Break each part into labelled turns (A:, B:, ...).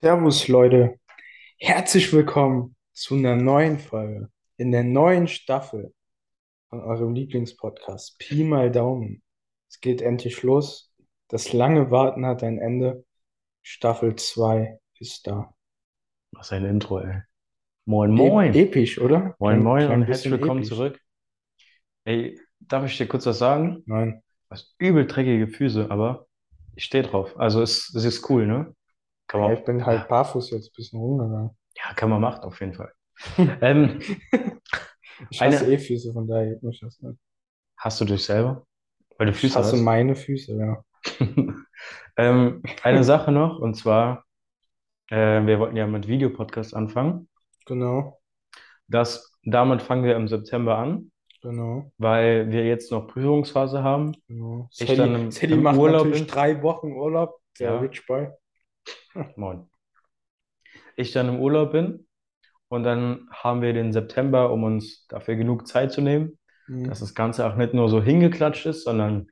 A: Servus Leute, herzlich willkommen zu einer neuen Folge in der neuen Staffel von eurem Lieblingspodcast Pi mal Daumen. Es geht endlich los. Das lange Warten hat ein Ende. Staffel 2 ist da.
B: Was ein Intro, ey. Moin,
A: E
B: moin.
A: episch, oder?
B: Moin,
A: Klang-
B: moin
A: klang
B: und
A: ein bisschen
B: herzlich willkommen
A: episch.
B: zurück. Ey, darf ich dir kurz was sagen?
A: Nein.
B: Was übel dreckige Füße, aber ich stehe drauf. Also es, es ist cool, ne? Kann
A: Ja,
B: man,
A: ich bin halt barfuß jetzt ein bisschen rumgegangen.
B: ja, kann man machen, auf jeden Fall. Ähm,
A: Ich
B: Eine-
A: hasse eh Füße, von daher juckt mich das nicht.
B: hast du dich selber? Weil du
A: Ich
B: Füße
A: hasse
B: hast.
A: meine Füße, ja.
B: Ähm, eine Sache noch, und zwar, äh, wir wollten ja mit Videopodcast anfangen.
A: Genau,
B: Das, damit fangen wir im September an,
A: genau,
B: weil wir jetzt noch Prüfungsphase haben.
A: genau.
B: Ich
A: Sadie-
B: dann im-
A: Sadie
B: im
A: macht
B: Urlaub
A: natürlich
B: bin.
A: drei Wochen Urlaub, der
B: Ja.
A: Rich Boy.
B: Moin. Ich dann im Urlaub bin und dann haben wir den September, um uns dafür genug Zeit zu nehmen,
A: Mhm.
B: dass das Ganze auch nicht nur so hingeklatscht ist, sondern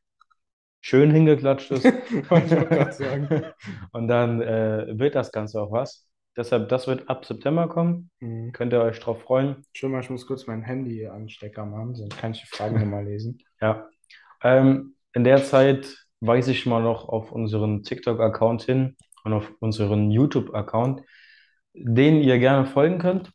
B: schön hingeklatscht ist.
A: Wollte ich auch gerade sagen.
B: Und dann äh, wird das Ganze auch was. Deshalb, das wird ab September kommen.
A: Mhm.
B: Könnt ihr euch drauf freuen.
A: Entschuldigung, ich muss kurz mein Handy an den Stecker machen, sonst kann ich die Fragen nochmal lesen.
B: Ja. Ähm, in der Zeit weise ich mal noch auf unseren TikTok-Account hin und auf unseren YouTube-Account, den ihr gerne folgen könnt.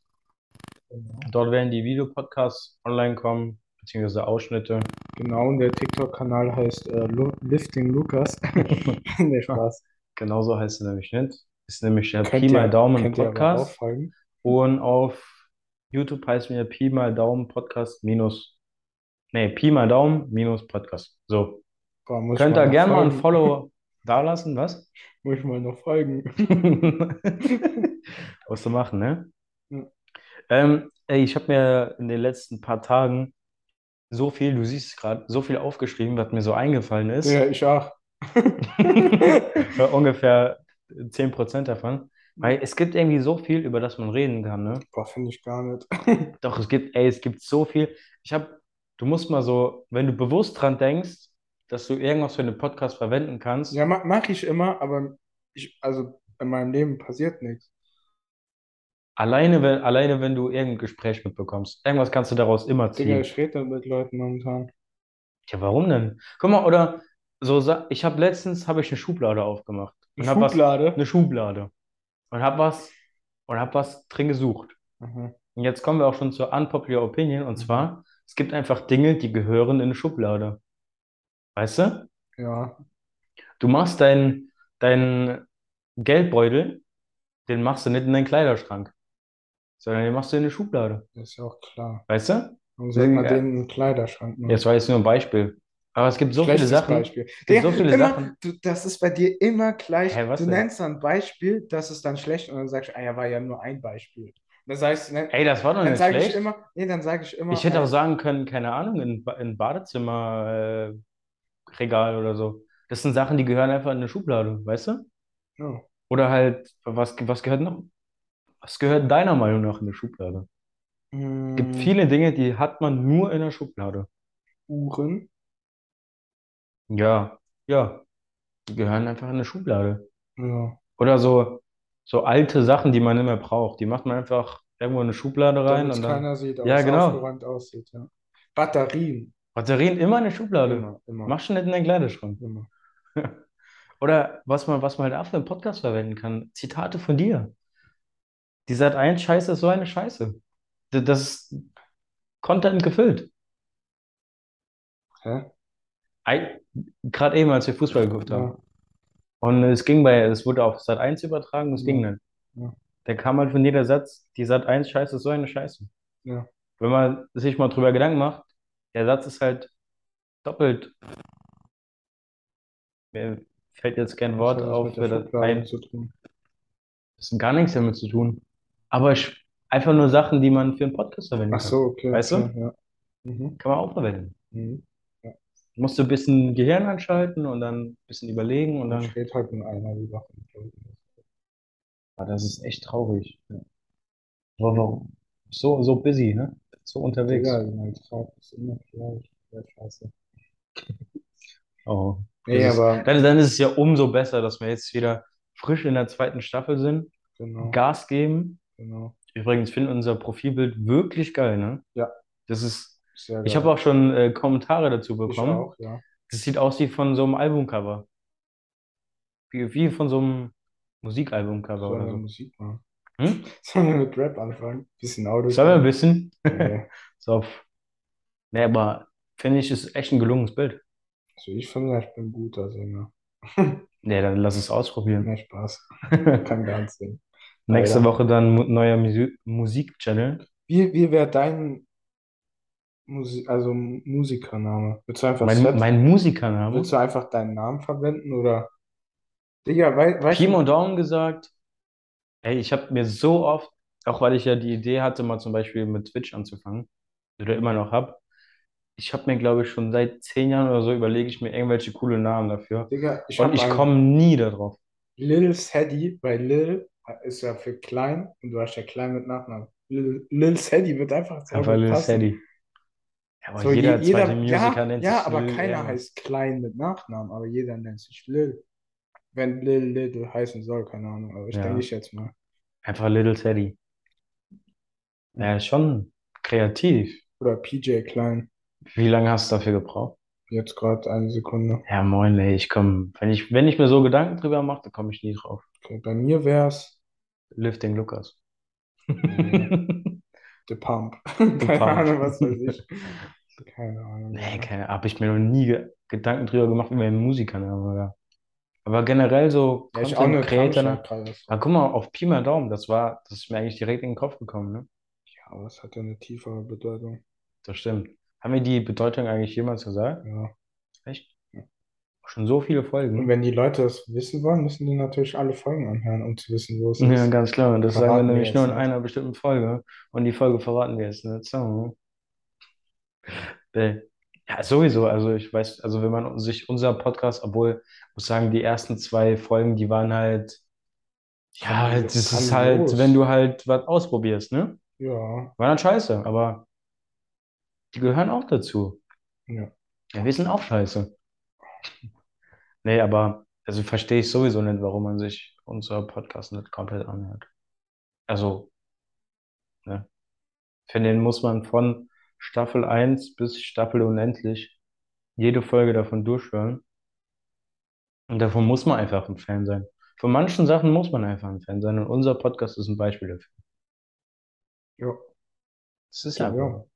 B: Dort werden die Videopodcasts online kommen, beziehungsweise Ausschnitte.
A: Genau, und der TikTok-Kanal heißt äh, Lu Lifting Lukas.
B: Ah.
A: nee, Spaß.
B: Genauso heißt er nämlich nicht. Ist nämlich der
A: Könnt
B: Also Pi mal
A: ihr-
B: Daumen
A: könnt ihr aber auch
B: Podcast.
A: folgen.
B: Und auf YouTube heißt mir Pi mal Daumen Podcast minus. Nee, Pi mal Daumen minus Podcast. So.
A: Boah, muss ich
B: Könnt
A: mal
B: ihr
A: noch
B: gerne mal ein
A: folgen.
B: Follow da lassen, was?
A: Muss ich mal noch folgen.
B: Was zu machen, ne?
A: Ja.
B: Ähm, ey, ich habe mir in den letzten paar Tagen so viel, du siehst gerade, so viel aufgeschrieben, was mir so eingefallen ist.
A: Ja, ich auch.
B: Ja, ungefähr 10% davon. Weil es gibt irgendwie so viel, über das man reden kann, ne?
A: Boah, finde ich gar nicht.
B: Doch, es gibt, ey, es gibt so viel. Ich habe, du musst mal so, wenn du bewusst dran denkst, dass du irgendwas für den Podcast verwenden kannst,
A: Ja, ma mache ich immer, aber ich, also in meinem Leben passiert nichts.
B: alleine wenn, alleine wenn du irgendein Gespräch mitbekommst, irgendwas kannst du daraus immer
A: Digga,
B: ziehen.
A: ich rede mit Leuten momentan.
B: Ja, warum denn? Guck mal, oder so, sa- ich habe letztens, habe ich eine Schublade aufgemacht und habe was, Ne?
A: Schublade.
B: eine Schublade und habe was, und habe was drin gesucht.
A: Mhm.
B: Und jetzt kommen wir auch schon zur unpopular Opinion. Und zwar, es gibt einfach Dinge, die gehören in eine Schublade. Weißt du?
A: Ja,
B: Du machst deinen deinen Geldbeutel, den machst du nicht in deinen Kleiderschrank, sondern den machst du in eine Schublade.
A: ist ja auch klar.
B: Weißt du?
A: Warum sagt man
B: Ja.
A: denen einen Kleiderschrank? Ne?
B: Jetzt war jetzt nur ein Beispiel. Aber es gibt so viele
A: Schlechtes
B: Sachen.
A: Beispiel.
B: gibt
A: Der,
B: so viele
A: immer,
B: Sachen.
A: Du, das ist bei dir immer gleich.
B: Hä, was
A: du
B: denn?
A: nennst dann ein Beispiel, das ist dann schlecht und dann sagst du, ah ja, war ja nur ein Beispiel. Dann sag ich, dann,
B: Ey, das war doch
A: dann
B: nicht
A: sage ich
B: schlecht.
A: immer, nee, dann sage ich immer,
B: Ich hätte
A: ah,
B: auch sagen können, keine Ahnung, in, Ba- in Badezimmer, äh, Regal oder so. Das sind Sachen, die gehören einfach in eine Schublade, weißt du?
A: ja,
B: Oder halt, was, was gehört noch? Was gehört deiner Meinung nach in eine Schublade?
A: mm,
B: Es gibt viele Dinge, die hat man nur in der Schublade.
A: Uhren.
B: Ja, ja. Die gehören einfach in eine Schublade.
A: Ja.
B: Oder so, so alte Sachen, die man nicht mehr braucht. Die macht man einfach irgendwo in eine Schublade rein
A: Damit es
B: und dann.
A: keiner sieht, aber
B: Ja,
A: es
B: genau.
A: aufgeräumt aussieht. Ja. Batterien.
B: Batterien immer in eine Schublade.
A: Immer, immer,
B: Machst du nicht in deinen Kleiderschrank.
A: immer.
B: Oder was man, was man halt auch für einen Podcast verwenden kann. Zitate von dir. Die Sat.1-Scheiße ist so eine Scheiße. D- Das ist Content gefüllt.
A: Hä?
B: Ei- Gerade eben, als wir Fußball geguckt haben.
A: Ja.
B: Und es ging bei, es wurde auf Sat.1 übertragen, es
A: Ja.
B: ging dann.
A: Ja.
B: Da kam halt von jeder Satz, die Sat.1-Scheiße ist so eine Scheiße.
A: Ja.
B: Wenn man sich mal drüber Gedanken macht, der Satz ist halt doppelt. Mir fällt jetzt kein Wort
A: Das hat was
B: auf
A: mit der
B: für das
A: Schublade
B: ein.
A: zu tun.
B: Das hat gar nichts damit zu tun. Aber ich, einfach nur Sachen, die man für einen Podcast verwenden
A: Ach
B: kann.
A: so, okay.
B: Weißt du?
A: okay, Ja. Mhm.
B: Kann man auch verwenden.
A: Mhm.
B: Musst du ein bisschen Gehirn anschalten und dann ein bisschen überlegen und dann.
A: Ich rede halt mit einer die Woche.
B: Ja, Ah, das ist echt traurig. Ja. Aber warum? So, so busy, ne? So unterwegs.
A: Digga, mein Tag ist immer gleich. Ja, scheiße.
B: Oh.
A: Nee,
B: Das ist-
A: aber
B: Oh, Dann, dann ist es ja umso besser, dass wir jetzt wieder frisch in der zweiten Staffel sind
A: Genau,
B: Gas geben.
A: genau.
B: Übrigens finde unser Profilbild wirklich geil, ne?
A: Ja.
B: Das ist,
A: Sehr
B: ich habe
A: geil.
B: auch schon äh, Kommentare dazu
A: Ich
B: bekommen.
A: auch, ja.
B: Das sieht aus wie von so einem Albumcover. Wie, wie von so einem Musikalbumcover
A: Sollen
B: oder
A: wir
B: so.
A: Musik machen?
B: also- Hm?
A: Sollen wir mit Rap anfangen? Bisschen
B: Sollen wir ein
A: Autotune?
B: bisschen?
A: Nee.
B: So auf. Nee, aber finde ich, ist echt ein gelungenes Bild.
A: Also ich finde, ich bin ein guter Sänger.
B: Nee, dann lass es ausprobieren.
A: Mehr Spaß. Kann gar nicht singen.
B: Nächste
A: Leider.
B: Woche dann mu neuer Musi Musik-Channel.
A: Wie, wie wäre dein Musi also Musikername? Willst du einfach
B: Mein,
A: Set?
B: mein
A: Willst
B: Musikername.
A: du einfach deinen Namen verwenden oder? Digga, wei weißt
B: Pimo
A: du,
B: Daum gesagt, ey, ich habe mir so oft, auch weil ich ja die Idee hatte, mal zum Beispiel mit Twitch anzufangen, oder immer noch hab, ich habe mir, glaube ich, schon seit zehn Jahren oder so überlege ich mir irgendwelche coole Namen dafür.
A: Digga, ich
B: Und
A: habe
B: ich
A: einen
B: komme nie darauf.
A: Lil Saddy, weil Lil äh, ist ja für klein und du hast ja klein mit Nachnamen. Lil, Lil Saddy wird einfach sehr
B: Einfach
A: gut
B: Lil
A: passen.
B: Sadie. Aber
A: So, je,
B: jeder zweite
A: jeder, ja,
B: Musiker nennt
A: ja,
B: sich
A: aber
B: Lil
A: keiner
B: irgendwas.
A: heißt klein mit Nachnamen, aber jeder nennt sich Lil. Wenn Lil Little heißen soll, keine Ahnung, aber ich denke
B: Ja,
A: ich jetzt mal.
B: einfach Little Sadie. Ja,
A: Ja.
B: ist schon kreativ.
A: Oder PJ Klein,
B: Wie lange hast du dafür gebraucht?
A: jetzt gerade eine Sekunde.
B: Ja, moin, ey, ich komme, wenn ich, wenn ich mir so Gedanken drüber mache, dann komme ich nie drauf.
A: Okay, bei mir wär's,
B: Lifting Lukas.
A: nee, The Pump. Keine
B: The Pump.
A: Ahnung, was weiß ich. Keine Ahnung,
B: Nee,
A: Alter.
B: keine, habe ich mir noch nie ge Gedanken drüber gemacht, wie mein Musikername wäre. ne, Aber generell so
A: Ja, ich auch
B: Content
A: nicht, kam
B: Creator,
A: ich halt
B: ne?
A: gerade erst
B: Aber
A: drauf.
B: guck mal, auf Pi mal Daumen, das war, das ist mir eigentlich direkt in den Kopf gekommen, ne?
A: Ja, aber es hat ja eine tiefere Bedeutung.
B: Das stimmt. Haben wir die Bedeutung eigentlich jemals gesagt?
A: Ja.
B: Echt? Schon so viele
A: Und
B: Folgen? ne?
A: wenn die Leute das wissen wollen, müssen die natürlich alle Folgen anhören, um zu wissen, wo es
B: Ja,
A: ist.
B: ganz klar. Und Das sagen wir
A: Verraten wir
B: nämlich nur
A: jetzt
B: in
A: nicht.
B: einer bestimmten Folge. Und die Folge verraten wir jetzt nicht. So. Nee. Ja, sowieso. Also ich weiß, also wenn man sich unser Podcast, obwohl, muss sagen, die ersten zwei Folgen, die waren halt, ja, halt,
A: Harmlo
B: das ist halt, wenn
A: harmlos.
B: du halt was ausprobierst, ne?
A: Ja,
B: War dann scheiße, aber die gehören auch dazu.
A: ja.
B: Ja, wir sind auch scheiße. Nee, aber also verstehe ich sowieso nicht, warum man sich unser Podcast nicht komplett anhört. Also, ne? Für den muss man von Staffel 1 bis Staffel unendlich jede Folge davon durchhören. Und davon muss man einfach ein Fan sein. Von manchen Sachen muss man einfach ein Fan sein. Und unser Podcast ist ein Beispiel dafür.
A: Ja,
B: Das ist ja einfach
A: ja.
B: so.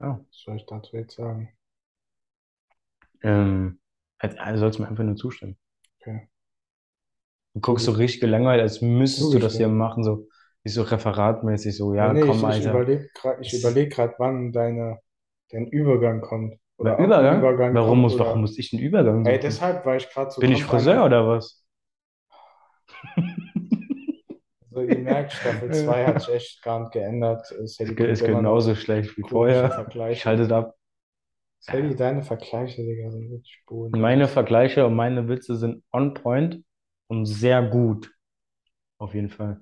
B: Ja.
A: Was soll ich dazu jetzt sagen?
B: Ähm, halt, also sollst du mir einfach nur zustimmen.
A: Okay.
B: Du guckst so
A: Zuge
B: richtig gelangweilt, als müsstest du das ja
A: zugestimmt.
B: machen, so, wie so referatmäßig, so,
A: Nee,
B: ja,
A: nee, ich,
B: komm,
A: ich
B: Alter.
A: überlege gerade, ich
B: Das-
A: überleg grad, wann deine, dein Übergang kommt.
B: Mein
A: Oder ob ein
B: Übergang?
A: Übergang
B: Warum
A: kommt
B: muss, warum
A: oder.
B: muss ich einen Übergang
A: Ey,
B: suchen?
A: deshalb, weil ich gerade so,
B: Bin ich
A: kommt
B: Friseur
A: eine.
B: oder was?
A: Also ihr merkt, Staffel 2 hat sich echt gar nicht geändert. Äh, Sadie
B: Ist, ge-
A: kommt
B: ist
A: immer mit
B: genauso schlecht wie
A: komischen
B: vorher.
A: Vergleichen.
B: Schaltet ab.
A: Sadie,
B: Ja.
A: deine Vergleiche, Digga, sind wirklich
B: Meine
A: bodenlos.
B: Vergleiche und meine Witze sind on point und sehr gut. Auf jeden Fall.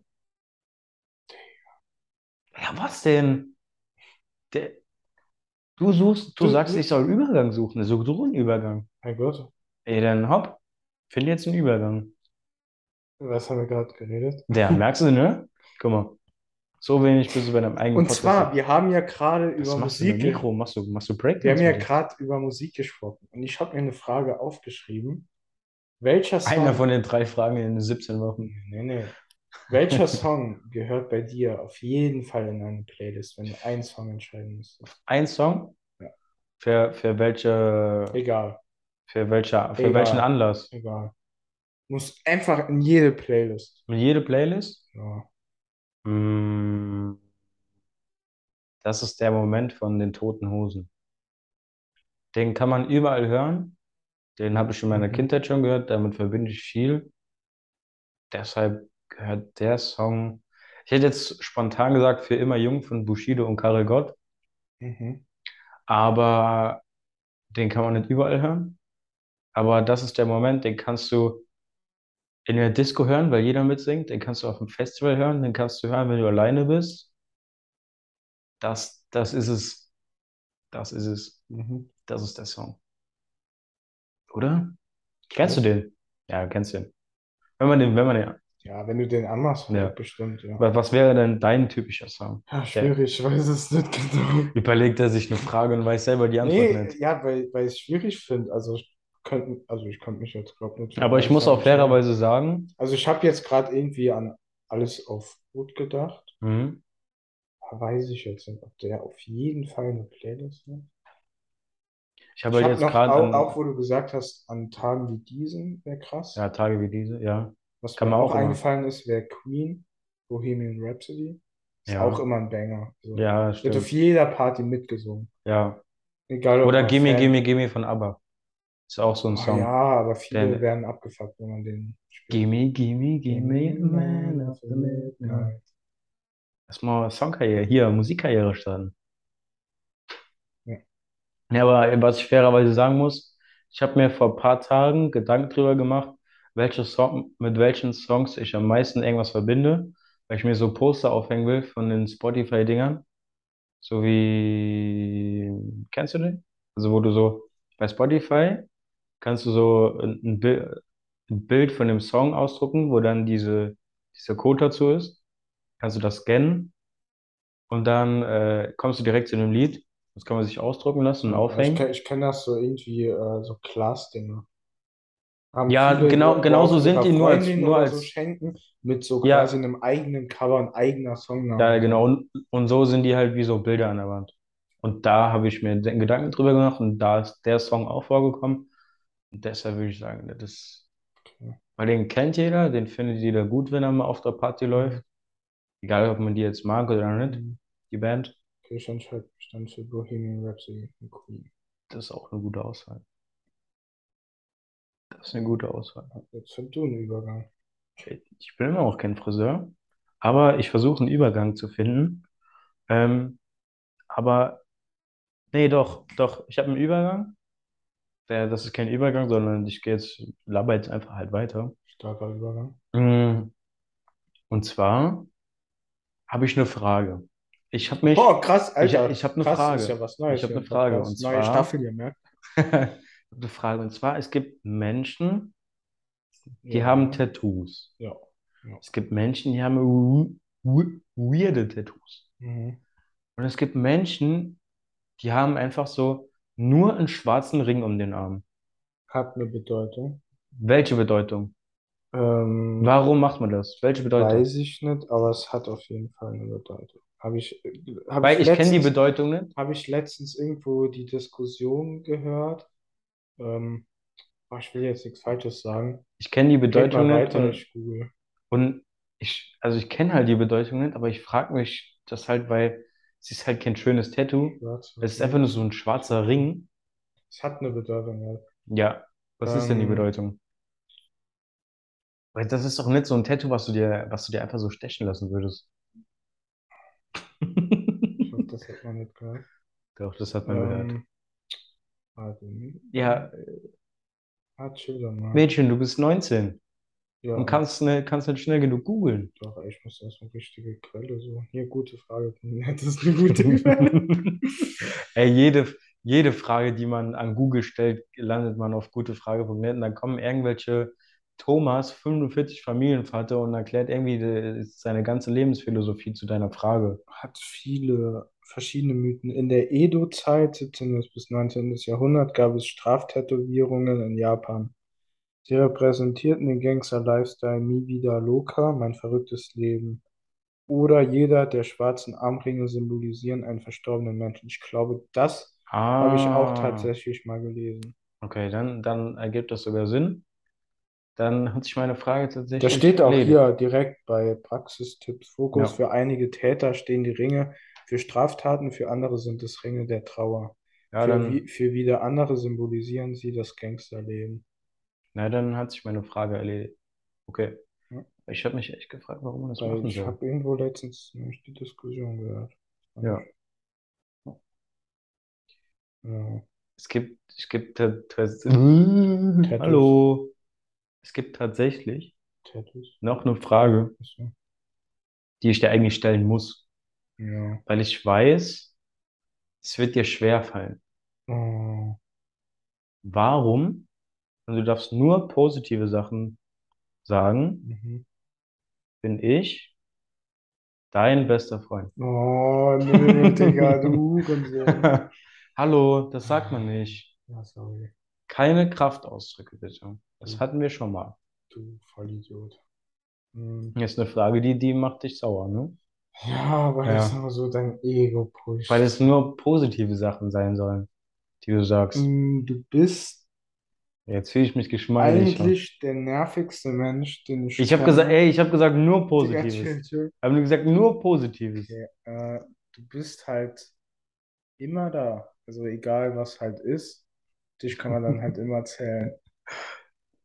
B: Ja, was denn? Der, du suchst, du
A: Du,
B: sagst, ich
A: du,
B: soll einen Übergang suchen. Such du einen Übergang.
A: mein Gott,
B: Ey, dann hopp, find jetzt einen Übergang.
A: was haben wir gerade geredet?
B: Ja, merkst du, ne? Guck mal, so wenig bist du bei deinem eigenen
A: Und
B: Podcast.
A: zwar, wir haben ja gerade
B: Was
A: über
B: machst du
A: Musik,
B: mit dem
A: ge-
B: Mikro? Machst du, machst du
A: wir haben
B: Breakdance
A: ja
B: mit dem?
A: gerade über Musik gesprochen. Und ich habe mir eine Frage aufgeschrieben. Welcher
B: Einer
A: Song,
B: von den drei Fragen in 17 Wochen.
A: nee, nee, nee. Welcher Song gehört bei dir auf jeden Fall in eine Playlist, wenn du einen Song entscheiden musst?
B: Ein Song?
A: Ja.
B: Für, für welche,
A: Egal,
B: für welcher, für welchen
A: egal,
B: Anlass?
A: egal. Muss einfach in jede Playlist.
B: Und jede Playlist?
A: Ja.
B: Mm, das ist der Moment von den Toten Hosen. Den kann man überall hören. Den habe ich in meiner
A: Mhm.
B: Kindheit schon gehört. Damit verbinde ich viel. Deshalb gehört der Song. Ich hätte jetzt spontan gesagt, für immer jung von Bushido und Karel Gott.
A: Mhm.
B: Aber den kann man nicht überall hören. Aber das ist der Moment, den kannst du in der Disco hören, weil jeder mitsingt. Den kannst du auf dem Festival hören. Den kannst du hören, wenn du alleine bist. Das, das ist es. Das ist es.
A: Mhm.
B: Das ist der Song. Oder? Kennst du
A: Okay.
B: den? Ja, du kennst den. Wenn man den, wenn man den.
A: Ja, wenn du den anmachst,
B: Ja.
A: bestimmt, ja.
B: Wa- Was wäre denn dein typischer Song?
A: Ja, schwierig, ich weiß es nicht genau.
B: Überlegt er sich eine Frage und weiß selber die Antwort
A: Nee,
B: nicht.
A: ja, weil, weil ich es schwierig finde. Also ich könnte, also ich könnte mich jetzt glaube nicht.
B: Aber ich muss auch
A: fairerweise.
B: fairerweise sagen,
A: Also ich habe jetzt gerade irgendwie an alles auf gut gedacht.
B: mhm,
A: Da weiß ich jetzt nicht, ob der auf jeden Fall eine Playlist hat.
B: ich habe
A: ich
B: halt
A: habe
B: jetzt
A: noch,
B: gerade
A: auch,
B: an
A: auch wo du gesagt hast, an Tagen wie diesen wäre krass.
B: ja, Tage wie diese, ja.
A: Was
B: kann
A: mir
B: man
A: auch
B: auch immer.
A: eingefallen ist, wäre Queen, Bohemian Rhapsody. Ist
B: Ja.
A: auch immer ein Banger. So.
B: Ja,
A: Wird auf
B: stimmt.
A: jeder Party mitgesungen.
B: Ja.
A: Egal, ob
B: Oder
A: man
B: Gimme,
A: Fan-
B: Gimme, Gimme von ABBA. Ist auch so ein
A: Ah,
B: Song.
A: ja, aber viele
B: Der-
A: werden abgefuckt, wenn man den spielt.
B: Gimme, Gimme, Gimme, a man of the midnight.
A: Nein.
B: Erstmal Songkarriere, hier, Musikkarriere starten.
A: Ja.
B: Ja, aber was ich fairerweise sagen muss, ich habe mir vor ein paar Tagen Gedanken drüber gemacht, welche Song, mit welchen Songs ich am meisten irgendwas verbinde, weil ich mir so Poster aufhängen will von den Spotify-Dingern. So wie, kennst du den? Also wo du so bei Spotify kannst du so ein, ein Bi- ein Bild von dem Song ausdrucken, wo dann diese, dieser Code dazu ist. Kannst du das scannen und dann äh, kommst du direkt zu dem Lied. Das kann man sich ausdrucken lassen und
A: Ich,
B: aufhängen.
A: kenn- ich kenne das so irgendwie, äh, so Class-Dinge. Haben
B: Ja,
A: viele,
B: genau-
A: wo-
B: genauso
A: wo auch
B: sind
A: ihrer
B: die nur als-
A: Freundin
B: nur
A: oder
B: als-
A: so schenken, mit so
B: Ja.
A: quasi einem eigenen Cover und eigener Songname.
B: Ja, genau. Und, und so sind die halt wie so Bilder an der Wand. Und da habe ich mir den Gedanken drüber gemacht und da ist der Song auch vorgekommen. Und deshalb würde ich sagen, das ist,
A: Okay.
B: weil den kennt jeder, den findet jeder gut, wenn er mal auf der Party läuft. Egal, ob man die jetzt mag oder nicht, die Band.
A: Okay, ich entscheide mich dann für Bohemian Rhapsody und Queen.
B: Das ist auch eine gute Auswahl. Das ist eine gute Auswahl.
A: Jetzt find du einen Übergang.
B: Ich bin immer auch kein Friseur, aber ich versuche einen Übergang zu finden. Ähm, aber nee, doch, doch, ich habe einen Übergang. Der, das ist kein Übergang, sondern ich gehe jetzt, laber jetzt einfach halt weiter.
A: Starker Übergang.
B: Mm, Und zwar habe ich eine Frage. Ich habe mich,
A: Boah, krass, Alter.
B: ich hab ne
A: krass,
B: Frage.
A: Ist ja was Neues
B: Ich hab
A: hier
B: ne
A: im
B: Frage,
A: Podcast.
B: und
A: Neue
B: zwar-
A: Staffel, ihr merkt.
B: eine Frage, und zwar, es gibt Menschen, die
A: Ja.
B: haben Tattoos.
A: Ja.
B: Es gibt Menschen, die haben we- we- weirde Tattoos.
A: Mhm.
B: Und es gibt Menschen, die haben einfach so nur einen schwarzen Ring um den Arm.
A: Hat eine Bedeutung.
B: Welche Bedeutung?
A: Ähm,
B: Warum macht man das? Welche Bedeutung?
A: Weiß ich nicht, aber es hat auf jeden Fall eine Bedeutung. Habe ich, äh, hab
B: Weil ich kenne die
A: letztens-
B: Bedeutung nicht.
A: habe ich letztens irgendwo die Diskussion gehört. Ähm, oh, ich will jetzt nichts Falsches sagen.
B: Ich kenne die
A: Geht mal
B: Bedeutung nicht. äh,
A: weiter,
B: Und,
A: ich google.
B: und ich, also ich kenne halt die Bedeutung nicht, aber ich frage mich das halt, weil es ist halt kein schönes Tattoo.
A: Warte.
B: Es ist einfach nur so ein schwarzer Ring.
A: Es hat eine Bedeutung, ja.
B: Ja, was ist denn die
A: Ähm.
B: Bedeutung? Weil das ist doch nicht so ein Tattoo, was du dir, was du dir einfach so stechen lassen würdest.
A: Ich glaub, das hat man nicht gehört.
B: Doch, das hat man gehört.
A: Ähm, warte.
B: Ja,
A: Ah, chill doch mal.
B: Mädchen, du bist 19
A: Ja,
B: und kannst, ne, kannst nicht schnell genug googeln.
A: doch, ey, ich muss erstmal richtige Quelle suchen. Hier, gute Frage. Das ist eine gute Quelle.
B: Ey, jede, jede Frage, die man an Google stellt, landet man auf gutefrage.net und dann kommen irgendwelche Thomas, 45 Familienvater und erklärt irgendwie de- seine ganze Lebensphilosophie zu deiner Frage.
A: hat viele verschiedene Mythen. In der Edo-Zeit, 17. bis 19. Jahrhundert, gab es Straftätowierungen in Japan. Sie repräsentierten den Gangster-Lifestyle Nie wieder Loka, mein verrücktes Leben. Oder jeder der schwarzen Armringe symbolisieren einen verstorbenen Menschen. Ich glaube, das habe ich auch
B: Ah.
A: tatsächlich mal gelesen.
B: Okay, dann, dann ergibt das sogar Sinn. Dann hat sich meine Frage
A: Da
B: tatsächlich
A: steht auch
B: erledigt.
A: hier direkt bei Praxistipps Fokus,
B: Ja.
A: für einige Täter stehen die Ringe für Straftaten, für andere sind es Ringe der Trauer.
B: Ja,
A: für,
B: dann,
A: wie, für wieder andere symbolisieren sie das Gangsterleben.
B: na, dann hat sich meine Frage erledigt. Okay.
A: Ja.
B: Ich habe mich echt gefragt, warum man das
A: Weil
B: machen
A: ich
B: soll.
A: habe irgendwo letztens nämlich die Diskussion gehört.
B: Ja.
A: Ja.
B: Es gibt, es gibt tatsächlich.
A: Tattoos.
B: Hallo. Es gibt tatsächlich
A: Tattoos.
B: noch eine Frage,
A: Achso.
B: die ich dir eigentlich stellen muss,
A: Ja.
B: weil ich weiß, es wird dir schwerfallen.
A: Oh.
B: Warum? Und du darfst nur positive Sachen sagen.
A: Mhm.
B: bin ich dein bester Freund.
A: Oh, nö, Digga, du Hurensohn.
B: Hallo, das sagt man nicht.
A: Ja, sorry,
B: Keine Kraftausdrücke, bitte. Das
A: Mhm.
B: hatten wir schon mal.
A: du Vollidiot. Hm.
B: Jetzt eine Frage, die, die macht dich sauer, ne?
A: Ja, weil
B: Ja.
A: das nur so dein Ego pusht.
B: Weil es nur positive Sachen sein sollen, die du sagst.
A: Hm, Du bist
B: Jetzt fühle ich mich geschmeidig.
A: eigentlich der nervigste Mensch, den ich
B: Ich habe gesagt,
A: kenne.
B: ey, ich habe gesagt nur
A: Digga, chill,
B: Positives.
A: chill.
B: Haben nur gesagt nur Positives.
A: Okay, äh, du bist halt immer da. Also egal, was halt ist, dich kann man dann halt immer zählen.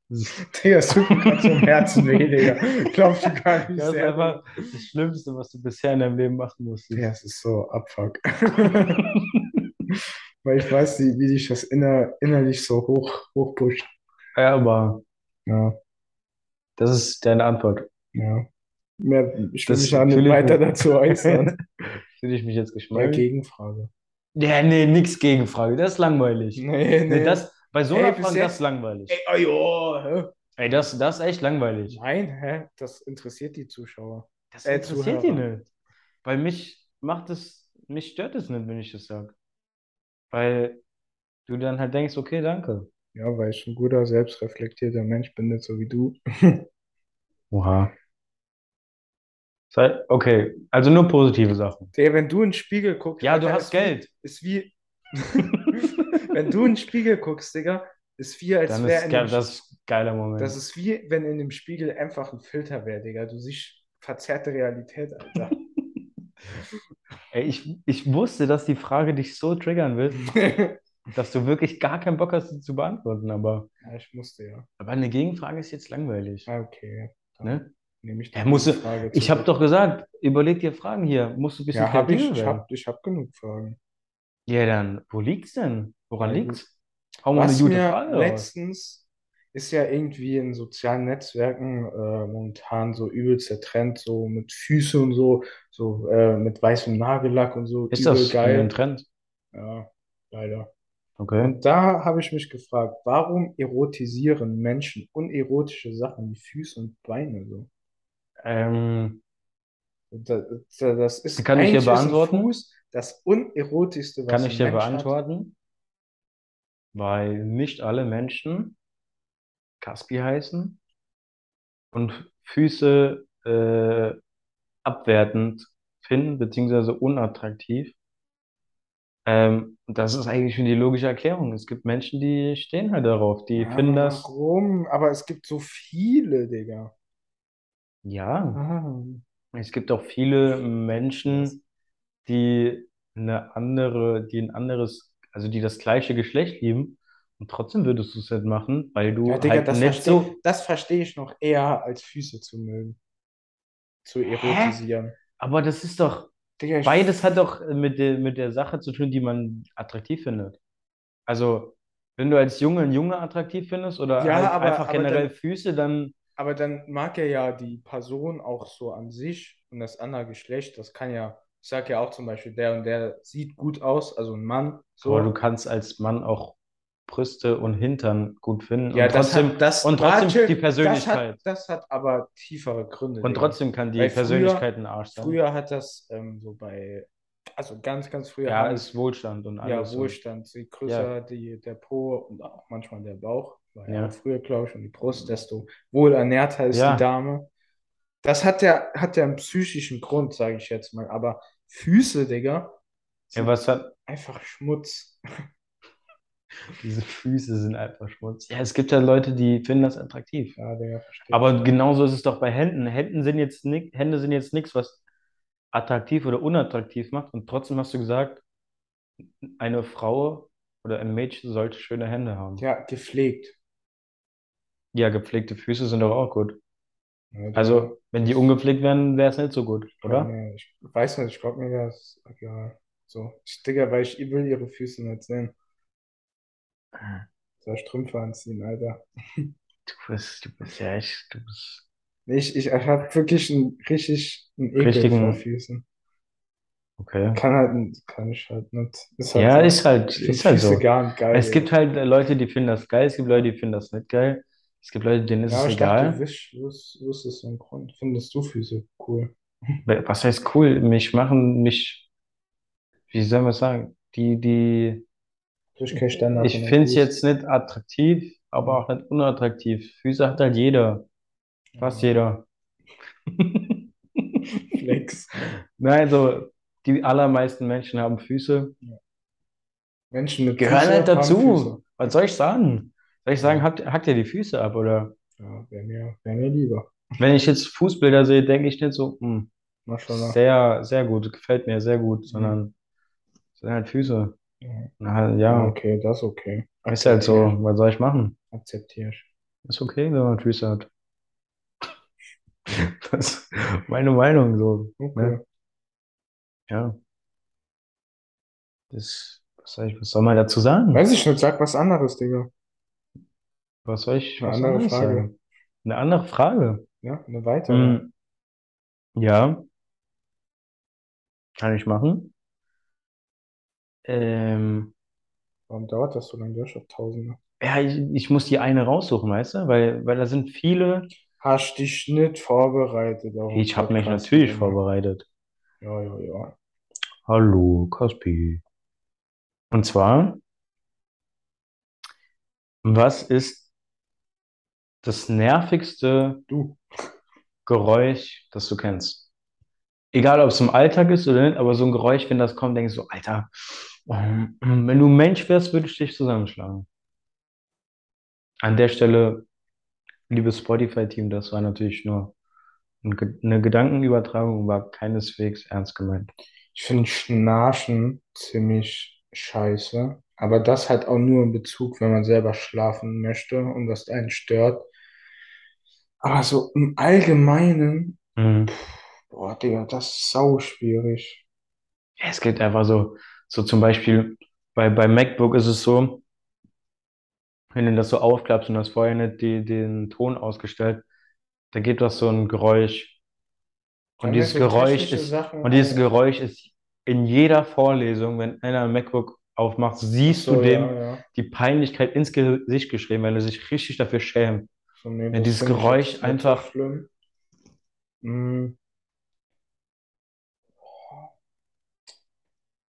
A: Digga, es tut mir gerade so im Herzen weh, Digga. Glaubst du gar nicht
B: Das ist
A: sehr.
B: einfach das Schlimmste, was du bisher in deinem Leben machen musstest.
A: Ja, es ist so abfuck. Weil ich weiß, wie, wie dich das inner, innerlich so hoch, hochpusht.
B: Ja, aber
A: Ja,
B: das ist deine Antwort.
A: ja. Mehr, ich will
B: Das
A: mich ja nicht
B: fühle ich
A: weiter
B: nicht.
A: dazu äußern.
B: Fühle ich mich jetzt
A: Ja,
B: geschmeidig?
A: Gegenfrage.
B: Ja, nee, nix Gegenfrage. Das ist langweilig.
A: Nee,
B: Nee, das, bei so einer
A: Ey, bis
B: Frage, das
A: jetzt-
B: ist langweilig.
A: Ey, oh, jo, hä?
B: Ey, das, das ist echt langweilig.
A: Nein, hä? Das interessiert die Zuschauer.
B: Das
A: Ey,
B: interessiert die
A: Äh, Zuhörer.
B: nicht. Weil mich macht es, mich stört es nicht, wenn ich das sage. Weil du dann halt denkst, okay, danke.
A: Ja, weil ich ein guter, selbstreflektierter Mensch bin, nicht so wie du.
B: Oha. Sei- Okay, also nur positive Sachen.
A: Digga, wenn du in den Spiegel guckst,
B: Ja, du
A: Alter,
B: hast
A: ist
B: Geld.
A: Wie, ist wie, wenn du in den Spiegel guckst, Digga, ist wie, als
B: Dann
A: wäre
B: ist
A: in
B: geil,
A: dem
B: das ist ein geiler Moment.
A: Das ist wie, wenn in dem Spiegel einfach ein Filter wäre, Digga. Du siehst verzerrte Realität, Alter.
B: Ey, ich, ich wusste, dass die Frage dich so triggern wird,
A: ja,
B: dass du wirklich gar keinen Bock hast, sie zu beantworten. Aber,
A: ich musste ja.
B: aber eine Gegenfrage ist jetzt langweilig.
A: Ah, okay.
B: Ne?
A: Nehme ich
B: Ja,
A: die
B: musst du-
A: Frage
B: Ich habe
A: zurück.
B: doch gesagt, überleg dir Fragen hier. Musst du ein bisschen
A: Ja, hab ich,
B: kreativer
A: ich
B: werden.
A: hab, ich hab genug Fragen.
B: Ja, dann, wo liegt's denn?
A: Ja,
B: Woran liegt's? Hau mal eine
A: Was
B: gute
A: mir
B: Frage raus.
A: letztens ist ja irgendwie in sozialen Netzwerken äh, momentan so übelst der Trend, so mit Füße und so, so äh, mit weißem Nagellack und so,
B: Ist
A: übel
B: das ein
A: geil.
B: Trend?
A: Ja, leider.
B: Okay.
A: Und da habe ich mich gefragt, warum erotisieren Menschen unerotische Sachen wie Füße und Beine so?
B: Ähm,
A: Das, das ist
B: Kann ich dir
A: eigentlich ist ein
B: beantworten?
A: Fuß das unerotischste, was
B: kann ich
A: ein
B: dir
A: Mensch hat.
B: beantworten? Weil nicht alle Menschen Caspi heißen und Füße äh, abwertend finden, beziehungsweise unattraktiv. Ähm, das ist eigentlich schon die logische Erklärung. Es gibt Menschen, die stehen halt darauf, die
A: Ja,
B: finden
A: aber
B: das,
A: warum? Aber es gibt so viele, Digga.
B: ja.
A: Ah,
B: Es gibt auch viele Menschen, die eine andere, die ein anderes, also die das gleiche Geschlecht lieben und trotzdem würdest du es nicht machen, weil du
A: ja, Digga,
B: halt
A: das
B: nicht
A: verstehe
B: so.
A: das versteh ich noch eher als Füße zu mögen, zu
B: Hä?
A: erotisieren.
B: Aber das ist doch,
A: Digga, ich,
B: beides hat doch mit der, mit der Sache zu tun, die man attraktiv findet. Also, wenn du als Junge einen Junge attraktiv findest oder
A: Ja,
B: halt
A: aber-
B: einfach
A: aber
B: generell
A: dann-
B: Füße, dann
A: aber dann mag er ja die Person auch so an sich und das andere Geschlecht, das kann ja, ich sag ja auch zum Beispiel, der und der sieht gut aus, also ein Mann, so.
B: Aber du kannst als Mann auch Brüste und Hintern gut finden
A: Ja,
B: und
A: das hat-
B: trotzdem,
A: das-
B: und trotzdem
A: Ah, chill, das
B: die
A: hat-
B: Persönlichkeit.
A: das hat aber tiefere Gründe,
B: Und
A: Digga.
B: trotzdem kann die
A: Weil früher-
B: Persönlichkeit ein Arsch sein.
A: Früher hat das ähm, so bei, also ganz, ganz früher
B: ja,
A: haben
B: ist Wohlstand und
A: ja
B: alles. und-
A: Wohlstand, je größer die, der Po und auch manchmal der Bauch, war ja
B: Ja.
A: auch früher, glaube ich, und die Brust, desto wohlernährter ist
B: Ja.
A: die Dame. Das hat ja, hat ja einen psychischen Grund, sage ich jetzt mal. Aber Füße, Digga,
B: Ja, was hat,
A: einfach Schmutz.
B: diese Füße sind einfach Schmutz. Ja, es gibt ja Leute, die finden das attraktiv.
A: Ja, Digga, verstehe.
B: Aber genauso ist es doch bei Händen. Händen sind jetzt nick, Hände sind jetzt nichts, was attraktiv oder unattraktiv macht. Und trotzdem hast du gesagt, eine Frau oder ein Mädchen sollte schöne Hände haben.
A: ja, gepflegt.
B: Ja, gepflegte Füße sind doch auch gut.
A: Ja, Digga.
B: Also, wenn die ungepflegt wären, wäre es nicht so gut, oder?
A: Nee, ich weiß nicht, ich glaube mir das egal. So, ich, Digga, weil ich will ihre Füße nicht sehen.
B: Ah.
A: Soll Strümpfe anziehen, Alter.
B: Du bist, du bist ja echt, du bist.
A: Nee, Ich, ich, ich habe wirklich einen richtig einen Ekel
B: Richtigen-
A: vor Füßen.
B: Okay.
A: Kann halt, kann ich halt nicht. Ist halt
B: Ja,
A: so.
B: ist halt,
A: Ich find
B: ist halt
A: Füße
B: so.
A: gar nicht geil.
B: Es gibt halt Leute, die finden das geil, es gibt Leute, die finden das nicht geil. Es gibt Leute, denen ist
A: Ja,
B: es
A: aber ich dachte, du
B: egal.
A: wüs- wüs- wüsstest so einen Grund. Findest du Füße cool?
B: Was heißt cool? Mich machen, mich, wie soll man sagen? Die, die,
A: Krieg ich keinen Standard
B: ich
A: von
B: finde
A: den
B: es
A: Füßen.
B: jetzt nicht attraktiv, aber auch nicht unattraktiv. Füße hat halt jeder, fast
A: Ja,
B: jeder.
A: Flex.
B: Nein, so, also, die allermeisten Menschen haben Füße.
A: Ja. Menschen mit
B: Gehören halt
A: Füße haben Füße.
B: dazu. Was soll ich sagen? Soll ich sagen,
A: Ja,
B: hackt, hackt ihr die Füße ab? Oder
A: ja wäre mir, wär mir lieber.
B: wenn ich jetzt Fußbilder sehe, denke ich nicht so, hm,
A: Maschallah.
B: sehr, sehr gut, gefällt mir sehr gut,
A: Mhm.
B: sondern es sind halt Füße.
A: Ja,
B: Na,
A: Ja,
B: ja,
A: okay, das ist okay.
B: ist halt so,
A: Akzeptiere ich.
B: was soll ich machen?
A: Akzeptiere ich.
B: Ist okay, wenn man Füße hat. Das ist meine Meinung so, ne?
A: Okay.
B: Ja, das, was soll ich, was soll man dazu sagen?
A: Weiß ich nicht, sag was anderes, Digga.
B: Was soll ich,
A: Eine
B: was soll
A: andere
B: man
A: Frage.
B: sagen? Eine andere Frage.
A: Ja, eine weitere.
B: Hm, ja, kann ich machen. Ähm,
A: Warum dauert das so lange? Du hast schon Tausende.
B: Ja, ich, ich muss die eine raussuchen, weißt du? Weil, weil da sind viele.
A: Hast dich nicht vorbereitet auf den
B: Ich habe mich
A: Podcast,
B: natürlich
A: Junge.
B: vorbereitet.
A: Ja, ja, ja.
B: Hallo, Kaspi. Und zwar, was ist das nervigste
A: Du.
B: Geräusch, das du kennst? Egal, ob es im Alltag ist oder nicht, aber so ein Geräusch, wenn das kommt, denkst du, Alter, ähm, wenn du Mensch wärst, würde ich dich zusammenschlagen. An der Stelle, liebes Spotify-Team, das war natürlich nur. Und ge- Eine Gedankenübertragung war keineswegs ernst gemeint.
A: Ich finde Schnarchen ziemlich scheiße. Aber das halt auch nur in Bezug, wenn man selber schlafen möchte und das einen stört. Aber so im Allgemeinen,
B: Mhm.
A: boah, Digga, das ist sau schwierig.
B: Ja, Es gibt einfach so, so zum Beispiel bei, bei MacBook ist es so, wenn du das so aufklappst und hast vorher nicht die, den Ton ausgestellt, da gibt das so ein Geräusch.
A: Sollen
B: Und
A: wir
B: dieses
A: so
B: Geräusch
A: technische
B: ist,
A: Sachen? halt-
B: und dieses
A: an-
B: Geräusch ist in jeder Vorlesung, wenn einer ein MacBook aufmacht,
A: Ach
B: siehst du
A: so, ja,
B: dem
A: ja.
B: die Peinlichkeit ins Gesicht geschrieben, wenn du dich richtig dafür schämst.
A: So, nee,
B: Wenn
A: das
B: dieses
A: finde ich jetzt
B: Geräusch
A: nicht so
B: einfach,
A: schlimm. Hm,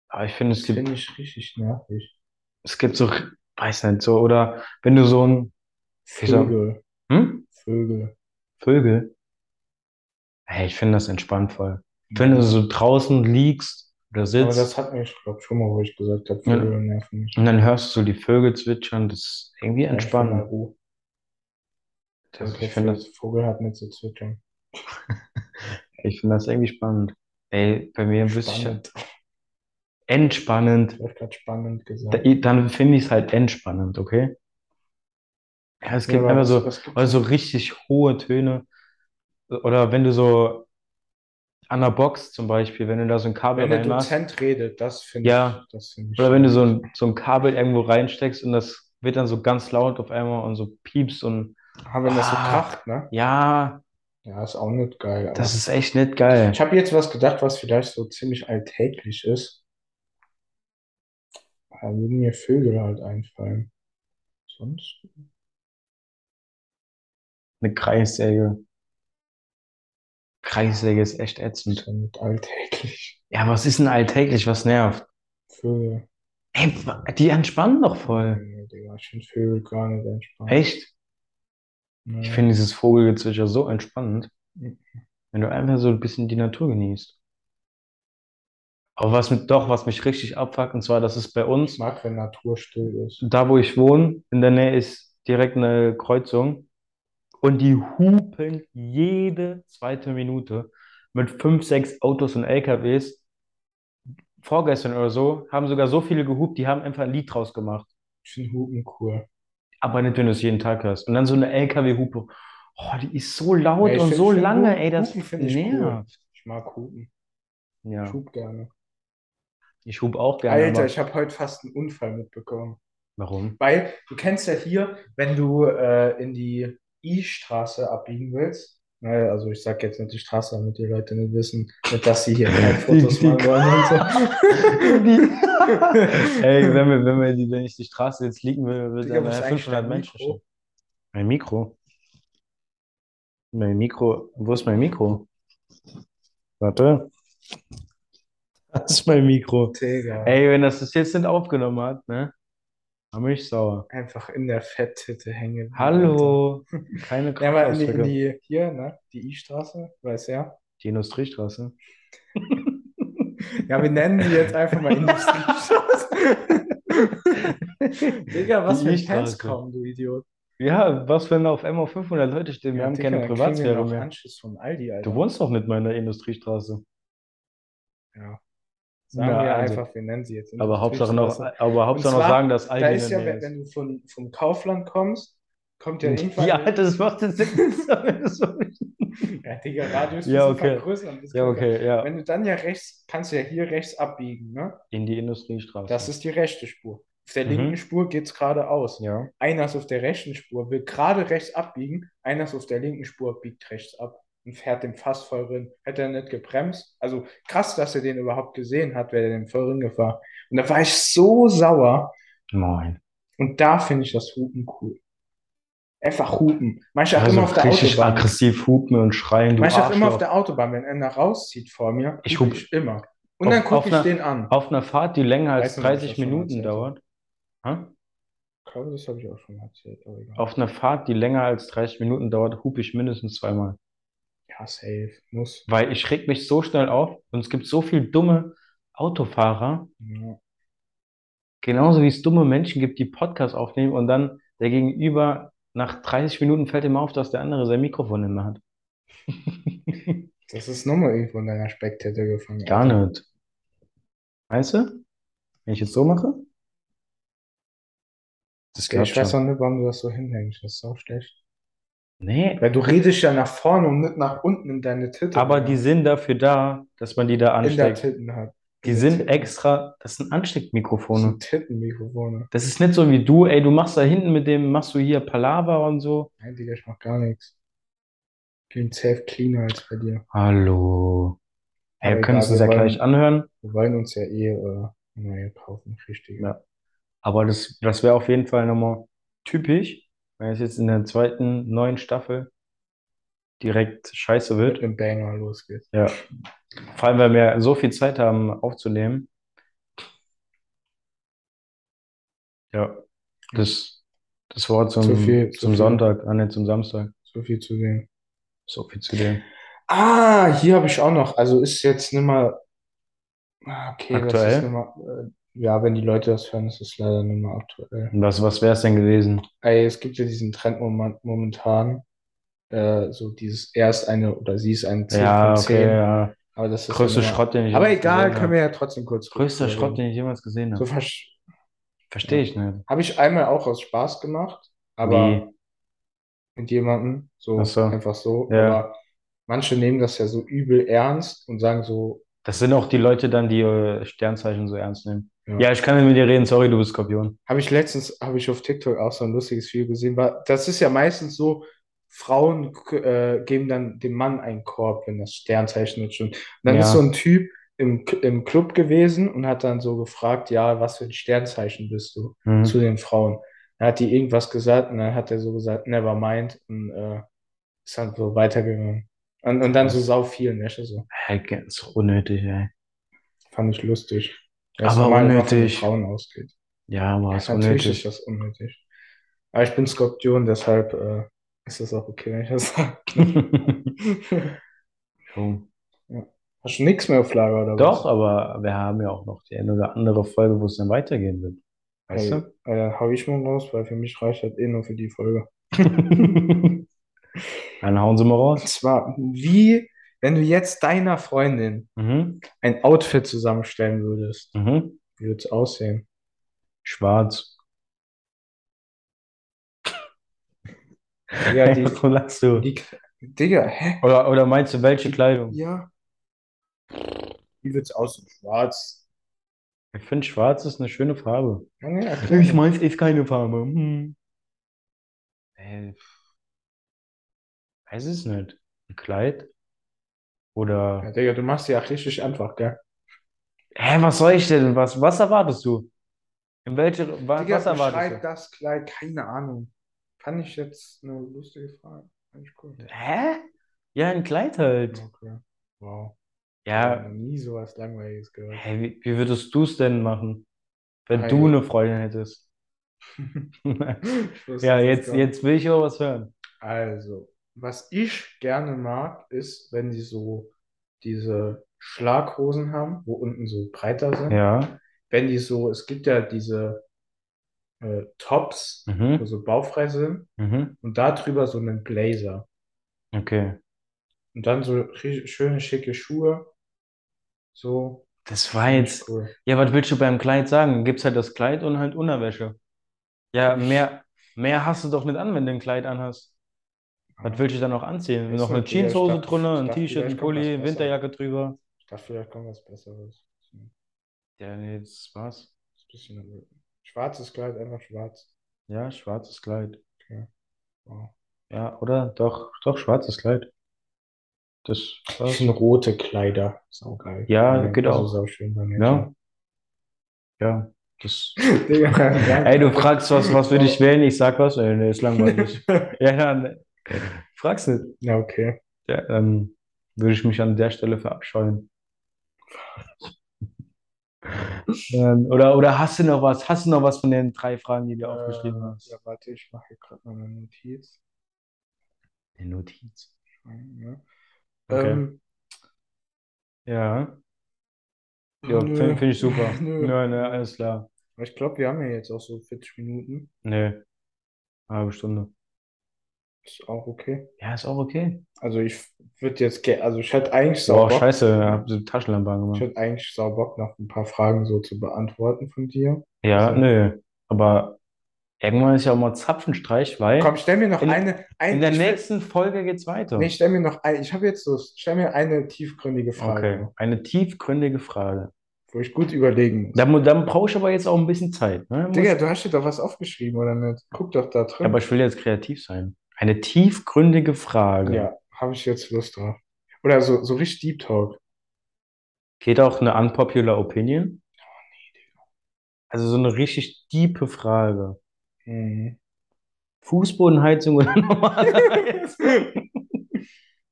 B: aber ich finde,
A: das
B: es gibt
A: finde ich richtig nervig.
B: Es gibt so, weiß nicht, so, oder wenn du so ein, wie so,
A: Vögel,
B: hm?
A: Vögel.
B: Vögel? Hey, ich finde das entspannt voll. Wenn du
A: Ja.
B: so draußen liegst oder
A: Aber das
B: sitzt
A: hat mich, glaube ich, schon mal, wo ich gesagt habe,
B: und,
A: Vögel nerven mich.
B: und dann hörst du so die Vögel zwitschern, das ist irgendwie
A: Ja, ich will mal
B: entspannend.
A: Ruhe. Und
B: Das, Also ich
A: der
B: finde
A: Vö-
B: das,
A: Vogel hat nicht zu zwitschern.
B: ich finde das irgendwie spannend. Ey, bei mir ein bisschen
A: Spannend.
B: entspannend.
A: Du hast gerade spannend
B: Da-
A: gesagt.
B: Dann finde ich es halt entspannend, okay? Ja, es
A: Nee,
B: gibt
A: aber
B: einfach
A: was,
B: so,
A: was gibt's
B: also
A: denn?
B: so richtig hohe Töne. Oder wenn du so an der Box zum Beispiel, wenn du da so ein Kabel
A: Wenn der
B: reinmachst,
A: Dozent redet, das finde
B: ja,
A: ich, das finde ich
B: oder wenn du so
A: nervig.
B: ein, so ein Kabel irgendwo reinsteckst und das wird dann so ganz laut auf einmal und so piepst und
A: Aber wenn das so
B: ah,
A: kracht, ne?
B: ja,
A: Ja, ist auch nicht geil,
B: das
A: aber.
B: ist echt nicht
A: Ich
B: geil.
A: habe jetzt was gedacht, was vielleicht so ziemlich alltäglich ist. Da würden mir Vögel halt einfallen. Sonst?
B: Eine Kreissäge.
A: Ja,
B: Kreissäge ist echt
A: ist
B: ätzend.
A: ja nicht alltäglich.
B: Ja, was ist denn alltäglich, was nervt?
A: Vögel.
B: Ey, die entspannen doch voll.
A: Nee, Digga, ich finde Vögel gar nicht entspannt.
B: Echt? Ich
A: Naja.
B: finde dieses Vogelgezwitscher so entspannend,
A: Mhm.
B: wenn du einfach so ein bisschen die Natur genießt. Aber was mit, doch, was mich richtig abfuckt, und zwar, das ist bei
A: Ich
B: uns,
A: mag, wenn Natur still ist.
B: da wo ich wohne, in der Nähe ist direkt eine Kreuzung und die hupen jede zweite Minute mit fünf, sechs Autos und LKWs. Vorgestern oder so haben sogar so viele gehupt, die haben einfach ein Lied draus gemacht.
A: Ich finde Hupen cool.
B: Aber nicht, wenn du es jeden Tag hörst. Und dann so eine LKW-Hupe. Oh, die ist so laut
A: Nee, ich
B: und
A: finde
B: so
A: find
B: lange,
A: Hupen,
B: ey, das
A: Hupen finde ich cool.
B: nervt.
A: Ich mag Hupen. Ich
B: Ja,
A: hup gerne.
B: ich hupe auch gerne,
A: Alter,
B: aber
A: ich habe heute fast einen Unfall mitbekommen.
B: warum?
A: Weil du kennst ja hier, wenn du äh, in die I-Straße abbiegen willst, naja, also ich sag jetzt nicht die Straße, damit die Leute nicht wissen, nicht, dass sie hier keine
B: Die,
A: Fotos
B: die,
A: machen wollen und
B: die, ey,
A: so.
B: wenn wir, wenn wir die, wenn ich die Straße jetzt liegen würde, würde
A: Digga,
B: dann
A: was ist
B: nachher
A: eigentlich
B: 500
A: dein
B: Menschen stehen.
A: Mikro?
B: Ein Mikro? Mein Mikro, wo ist mein Mikro? Warte. Das ist mein Mikro.
A: Digga.
B: Ey, wenn das das jetzt nicht aufgenommen hat, ne? Dann bin ich sauer.
A: Einfach in der Fetttitte hängen.
B: Hallo, keine
A: Ja, aber in die, in
B: Kraftausdrücke.
A: die, hier, ne? Die I-Straße, weiß ja.
B: Die Industriestraße.
A: Ja, wir nennen sie jetzt einfach mal Industriestraße. Digga, was
B: Die
A: für ein
B: I-Straße.
A: Fans kommen, du Idiot.
B: Ja, was, wenn auf einmal 500 Leute stehen? Wir
A: Ja,
B: haben
A: Digga,
B: keine
A: dann kriegen wir
B: Privatsphäre
A: noch
B: mehr.
A: Anschiss von Aldi,
B: Du
A: Alter.
B: wohnst doch mit meiner Industriestraße.
A: Ja. Sagen
B: Na,
A: wir
B: also.
A: einfach, wir nennen sie jetzt
B: Aber Hauptsache noch,
A: Industriestraße.
B: aber Hauptsache noch
A: zwar,
B: sagen, dass Aldi
A: Da
B: in
A: ist
B: der
A: ja,
B: Nähe
A: wenn,
B: ist.
A: wenn du von, vom Kaufland kommst, kommt ja irgendwann.
B: Ja, das macht den Sinn. Das war nicht-
A: Ja, Digga, Radius
B: Ja,
A: müssen
B: okay.
A: vergrößern. das
B: Ja,
A: kann-
B: okay, ja.
A: Wenn du dann ja rechts, kannst du ja hier rechts abbiegen, ne?
B: In die Industriestraße.
A: Das ist die rechte Spur. Auf der
B: Mhm.
A: linken Spur geht's geradeaus.
B: ja.
A: Einer ist auf der rechten Spur, will gerade rechts abbiegen, einer ist auf der linken Spur, biegt rechts ab und fährt dem fast voll rein. Hätte er nicht gebremst. Also krass, dass er den überhaupt gesehen hat, wäre er dem voll rein gefahren. Und da war ich so sauer.
B: Moin.
A: Und da finde ich das Hupen cool. Einfach hupen. Mach ich auch
B: Also
A: immer auf der
B: richtig
A: Autobahn.
B: aggressiv hupen und schreien, du
A: Mach ich auch immer auf
B: Arschloch.
A: der Autobahn, wenn einer rauszieht vor mir,
B: Ich
A: hup
B: hup-
A: ich immer. Und
B: Auf-
A: dann
B: auf
A: gucke ich
B: einer-
A: den an.
B: Auf einer Fahrt, die länger
A: Weißt
B: als
A: du, was ich
B: 30
A: davon
B: Minuten
A: erzählt
B: dauert. Hä?
A: Ich glaube, das habe ich auch schon mal erzählt, aber egal.
B: Auf einer Fahrt, die länger als 30 Minuten dauert, hupe ich mindestens zweimal.
A: Ja, safe. Muss.
B: Weil ich reg mich so schnell auf und es gibt so viele dumme Autofahrer,
A: Ja.
B: genauso wie es dumme Menschen gibt, die Podcasts aufnehmen und dann der Gegenüber nach 30 Minuten fällt ihm auf, dass der andere sein Mikrofon nicht mehr hat.
A: Das ist nochmal irgendwo in deiner Speckkette gefangen.
B: Gar nicht. Weißt du? Wenn ich jetzt so mache? Das
A: Okay,
B: klappt
A: ich weiß
B: schon.
A: auch nicht, warum du das so hinhängst. Das ist auch schlecht.
B: Nee,
A: Weil du redest ja nach vorne und nicht nach unten in deine Titten.
B: aber die sind dafür da, dass man die da
A: in der
B: ansteckt.
A: Titten hat.
B: Die sind extra, das sind
A: Das
B: Ansteckmikrofone.
A: sind Tittenmikrofone.
B: Das ist nicht so wie du, ey, du machst da hinten mit dem, machst du hier Palaver und so.
A: Nein, Digga, ich mach gar nichts. Klingt safe cleaner als bei dir.
B: Hallo. Ey,
A: Aber
B: wir können uns
A: egal,
B: das ja
A: wir wollen-
B: gleich anhören,
A: Wir wollen uns ja eh äh, neue kaufen, richtig.
B: Ja. aber das, das wäre auf jeden Fall nochmal typisch, wenn es jetzt in der zweiten, neuen Staffel direkt scheiße
A: Mit
B: wird.
A: einem Banger losgeht.
B: Ja. Vor allem, weil wir so viel Zeit haben aufzunehmen. Ja, das, das Wort zum,
A: Zu viel, zu
B: zum
A: viel.
B: Sonntag, ah, ne, zum Samstag.
A: So viel zu sehen.
B: So viel zu dem.
A: Ah, hier habe ich auch noch. Also ist jetzt nicht mal. Ah, Okay, das ist
B: Aktuell?
A: nicht mal. Äh, ja, wenn die Leute das hören, ist es leider nicht mehr aktuell.
B: Was, was wäre es denn gewesen?
A: Ey, es gibt ja diesen Trend momen- momentan. Äh, so dieses er ist eine oder sie ist eine 10
B: Ja,
A: von 10.
B: okay, ja.
A: Aber das ist
B: Größter
A: ja nicht mal-
B: Schrott, den ich
A: Aber
B: jemals
A: egal,
B: gesehen
A: können
B: habe.
A: wir ja trotzdem kurz drüber
B: Größter
A: reden.
B: Schrott, den ich jemals gesehen
A: So
B: habe.
A: versch-
B: Verstehe ich nicht.
A: habe ich einmal auch aus Spaß gemacht, aber
B: Wie?
A: mit jemandem, so
B: Ach so.
A: einfach so.
B: Ja.
A: Aber manche nehmen das ja so übel ernst und sagen so,
B: Das sind auch die Leute dann, die äh, Sternzeichen so ernst nehmen.
A: Ja.
B: Ja, ich kann nicht mit dir reden, sorry, du bist Skorpion.
A: habe ich letztens, habe ich auf TikTok auch so ein lustiges Video gesehen, war, das ist ja meistens so, Frauen äh, geben dann dem Mann einen Korb, wenn das Sternzeichen nicht stimmt. Und dann
B: Ja.
A: ist so ein Typ im, im Club gewesen und hat dann so gefragt, ja, was für ein Sternzeichen bist du?
B: Mhm.
A: zu den Frauen. Dann hat die irgendwas gesagt und dann hat er so gesagt, never mind und äh, ist dann so weitergegangen. Und, und dann so sau viel, ne? So,
B: Hey, ist doch unnötig, ey.
A: fand ich lustig.
B: Aber
A: normal immer von den
B: unnötig.
A: Frauen ausgeht.
B: Ja, aber ist
A: Natürlich
B: unnötig.
A: ist das unnötig. Aber ich bin Skorpion, deshalb äh, ist das auch okay, wenn ich das sage.
B: Jo.
A: Hast du nichts mehr auf Lager oder
B: Doch,
A: was?
B: aber wir haben ja auch noch die eine oder andere Folge, wo es dann weitergehen wird. Weißt
A: Hey, äh, dann hau ich mal raus, weil für mich reicht das eh nur für die Folge.
B: du? Dann hauen sie mal
A: Und
B: raus.
A: zwar, wie, wenn du jetzt deiner Freundin
B: Mhm.
A: ein Outfit zusammenstellen würdest,
B: Mhm.
A: Wie wird's aussehen?
B: Schwarz.
A: Digga, die,
B: Wo lachst du?
A: die, Digga, hä?
B: Oder, oder meinst du, welche Kleidung?
A: Ja. Wie wird's aussehen? Schwarz.
B: Ich finde, schwarz ist eine schöne Farbe.
A: Ja, nee, erklär
B: Ich
A: mir.
B: meins ist keine Farbe. Hm. Ey, pff. Äh, weiß es nicht. Ein Kleid? Oder.
A: Ja, Digga, du machst ja richtig einfach, gell?
B: Hä, was soll ich denn? Was, was erwartest du? In welche, wa,
A: Digga,
B: was erwartest
A: beschreib
B: du?
A: das Kleid, keine Ahnung. Fand ich jetzt eine lustige Frage. Eigentlich cool.
B: Hä? Ja, ein Kleid halt.
A: Okay. Wow. Ich habe
B: Ja,
A: noch nie sowas Langweiliges gehört.
B: hä, wie, wie würdest du es denn machen, wenn du
A: Heiraten.
B: eine Freundin hättest?
A: Ich wusste,
B: Ja,
A: dass das
B: jetzt,
A: kommt.
B: jetzt will ich aber was hören.
A: Also, was ich gerne mag, ist, wenn die so diese Schlaghosen haben, wo unten so breiter sind.
B: Ja.
A: Wenn die so, es gibt ja diese äh, Tops, wo
B: Mhm.
A: so baufrei sind,
B: Mhm.
A: und da drüber so einen Blazer.
B: Okay.
A: Und dann so ri- schöne, schicke Schuhe. So,
B: Das war
A: finde ich
B: jetzt.
A: cool.
B: Ja, was willst du beim Kleid sagen? Dann gibt's halt das Kleid und halt Unterwäsche. Ja, mehr, mehr hast du doch nicht an, wenn du ein Kleid anhast. Was willst du dann noch anziehen?
A: Ist
B: Noch eine
A: so, Digga, ich
B: Jeanshose
A: dachte-
B: drunter,
A: ich
B: ein
A: dachte,
B: T-Shirt, ein
A: vielleicht kommt was
B: Pulli,
A: besser.
B: Winterjacke drüber.
A: Ich dachte, vielleicht kommt was Besseres. So, ein
B: Ja, nee, das war's.
A: bisschen schwarzes Kleid, einfach schwarz.
B: Ja, schwarzes Kleid.
A: Wow.
B: Ja, oder? Doch, doch, schwarzes Kleid. Das
A: Das
B: war's.
A: sind rote Kleider. Saugeil.
B: Ja, geht
A: also
B: auch.
A: sauschön bei mir.
B: Ja. Ja, das.
A: Digga,
B: Ey, du fragst was, was würde ich wählen? Ich sag was, ey, nee, ist langweilig. Ja, ja, nee. Fragst nicht.
A: Ja, okay.
B: Ja, ähm, würde ich mich an der Stelle verabscheuen. Ähm, oder, oder hast du noch was? Hast du noch was von den drei Fragen, die du aufgeschrieben
A: Äh,
B: hast?
A: ja, warte, ich mache hier gerade mal eine Notiz.
B: Eine Notiz.
A: Ja.
B: Okay.
A: Ähm,
B: Ja, ja
A: nö.
B: finde find ich super.
A: Nö.
B: Nö, nö, alles klar.
A: Ich glaube, wir haben ja jetzt auch so 40 Minuten.
B: Nö, halbe Stunde.
A: Ist auch okay.
B: Ja, ist auch okay.
A: Also ich würde jetzt, ge- also ich hätte eigentlich sau
B: Boah,
A: Bock,
B: scheiße, ich hab die Taschenlampe
A: ich
B: angemacht.
A: hätte eigentlich sau Bock, noch ein paar Fragen so zu beantworten von dir.
B: Ja,
A: Also-
B: nö. Aber irgendwann ist ja auch mal Zapfenstreich, weil
A: Komm, stell mir noch
B: In-
A: eine, ein,
B: in der
A: ich will-
B: nächsten Folge geht's weiter.
A: nee, stell mir noch ein, ich habe jetzt so, stell mir eine tiefgründige Frage,
B: Okay, eine tiefgründige Frage.
A: wo ich gut überlegen muss.
B: Dann, mu- dann brauche ich aber jetzt auch ein bisschen Zeit. Ne? Muss,
A: Digga, du hast dir doch was aufgeschrieben, oder nicht? Guck doch da drin.
B: aber ich will jetzt kreativ sein. Eine tiefgründige Frage.
A: Ja, habe ich jetzt Lust drauf. Oder so, so richtig Deep Talk.
B: Geht auch eine unpopular Opinion?
A: Oh,
B: Also so eine richtig tiefe Frage.
A: Mhm.
B: Fußbodenheizung oder normale Heizung?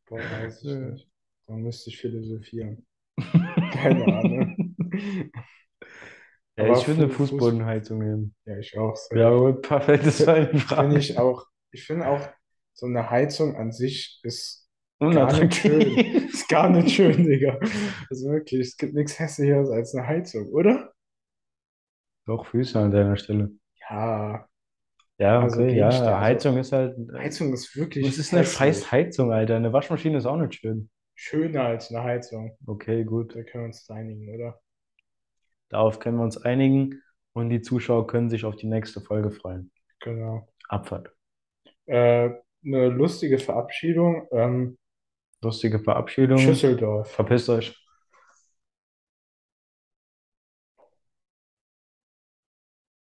A: Boah, weiß ich
B: Ja.
A: nicht. Dann müsste ich philosophieren. Keine Ahnung.
B: Ja,
A: Aber
B: ich würde eine
A: Fu- Fuß-
B: Fußbodenheizung nehmen.
A: Ja, ich auch.
B: Ja, gut, perfekt, das war die
A: Finde
B: Frage.
A: ich auch. Ich finde auch, so eine Heizung an sich ist,
B: Unattraktiv.
A: ist gar nicht schön, Digga. Also wirklich, es gibt nichts Hässlicheres als eine Heizung, oder?
B: Doch, Füße an deiner Stelle.
A: Ja,
B: Ja,
A: Also
B: okay, ja,
A: Gegenstände.
B: Heizung ist halt.
A: Heizung ist wirklich
B: Was ist eine
A: hässlich.
B: scheiß Heizung, Alter? Eine Waschmaschine ist auch nicht schön.
A: Schöner als eine Heizung.
B: Okay, gut.
A: Da können wir uns einigen, oder?
B: Darauf können wir uns einigen und die Zuschauer können sich auf die nächste Folge freuen.
A: Genau.
B: Abfahrt.
A: Äh, eine lustige Verabschiedung. Ähm,
B: Lustige Verabschiedung.
A: Schüsseldorf.
B: Verpisst euch.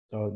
A: Da